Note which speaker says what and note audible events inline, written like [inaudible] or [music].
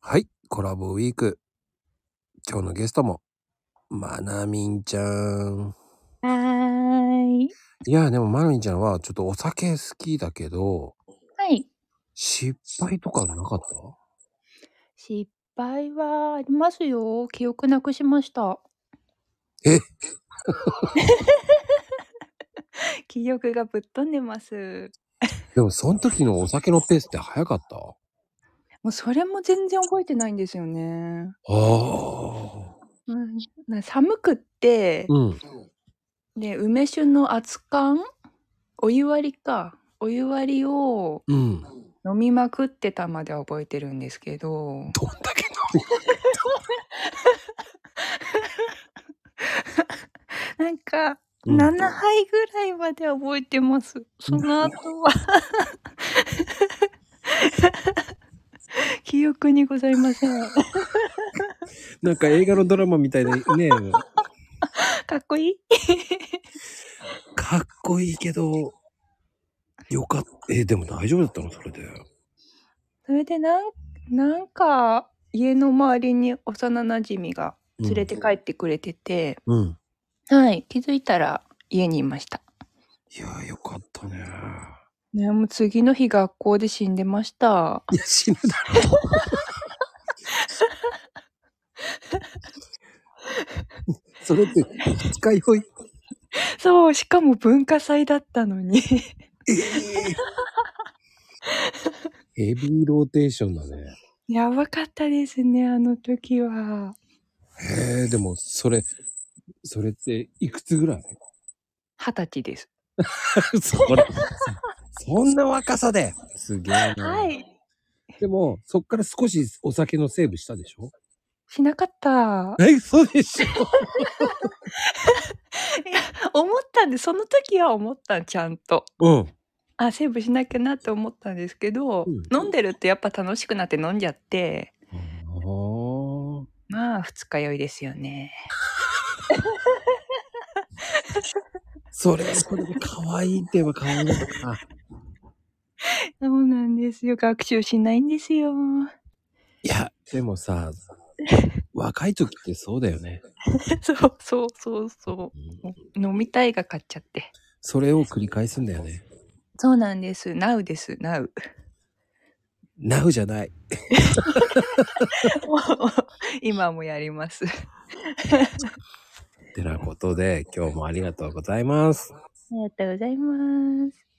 Speaker 1: はい、コラボウィーク。今日のゲストも、まなみんちゃん。
Speaker 2: はーい。
Speaker 1: いや、でもまなみんちゃんはちょっとお酒好きだけど、
Speaker 2: はい。
Speaker 1: 失敗とかなかった
Speaker 2: 失敗はありますよ。記憶なくしました。
Speaker 1: え
Speaker 2: [laughs] 記憶がぶっ飛んでます。
Speaker 1: でもその時のお酒のペースって早かったあ
Speaker 2: もうそれも全然覚えてないんですよね。
Speaker 1: あ。
Speaker 2: うん、な寒くって、
Speaker 1: うん。
Speaker 2: で、梅酒の熱燗お湯割りか。お湯割りを
Speaker 1: うん。
Speaker 2: 飲みまくってたまでは覚えてるんですけど。
Speaker 1: どんだけ飲み
Speaker 2: なんか、
Speaker 1: うん。
Speaker 2: 7杯ぐらいまでは覚えてます。その後は記憶にございません。
Speaker 1: なんか映画のドラマみたいでね、
Speaker 2: かっこいい
Speaker 1: かっこいいけど、よかった。え、でも大丈夫だったのそれで。
Speaker 2: それでなんなんか家の周りに幼なじみが
Speaker 1: う
Speaker 2: 連れ
Speaker 1: ん。
Speaker 2: て帰ってくれてて、
Speaker 1: うん。
Speaker 2: はい、気づいたら家にいました。
Speaker 1: いやー、よかったね。
Speaker 2: ね、もう次の日学校で死んでました。
Speaker 1: いや、死ぬだろ。それって、二日酔い。
Speaker 2: そう、しかも文化祭だったの [laughs] に
Speaker 1: ええヘビーローテーションだね。
Speaker 2: やばかったですね、あの時は。
Speaker 1: へえ、でも、それ、それって、いくつぐらい
Speaker 2: 二十歳です。
Speaker 1: それ、そそんな若さで。すげえ
Speaker 2: は
Speaker 1: な。
Speaker 2: い。
Speaker 1: でも、そっから少しお酒のセーブしたでしょ
Speaker 2: しなかった。
Speaker 1: え、そうでしょ
Speaker 2: いや、思ったんで、その時は思った、ちゃんと。
Speaker 1: うん。
Speaker 2: あ、セーブしなきゃなって思ったんですけ
Speaker 1: う
Speaker 2: ど、
Speaker 1: ん。
Speaker 2: 飲んでるとやっぱ楽しくなって飲んじゃって、
Speaker 1: ああ。
Speaker 2: まあ、二日酔いですよね。
Speaker 1: それはそれで可愛いって言えば可愛いのかな。
Speaker 2: そうなんですよ。学習しないんですよ。
Speaker 1: いや、でもさ、若い時ってそうだよね。
Speaker 2: [laughs] そうそうそうそ
Speaker 1: うん
Speaker 2: う。お飲みたいが勝っちゃって。
Speaker 1: それを繰り返すんだよね。
Speaker 2: そうなんです。ナウです。ナ [laughs] ウ。
Speaker 1: ナウじゃない。
Speaker 2: 今もやります。
Speaker 1: てなことで、今日もありがとうございます。
Speaker 2: ありがとうございます。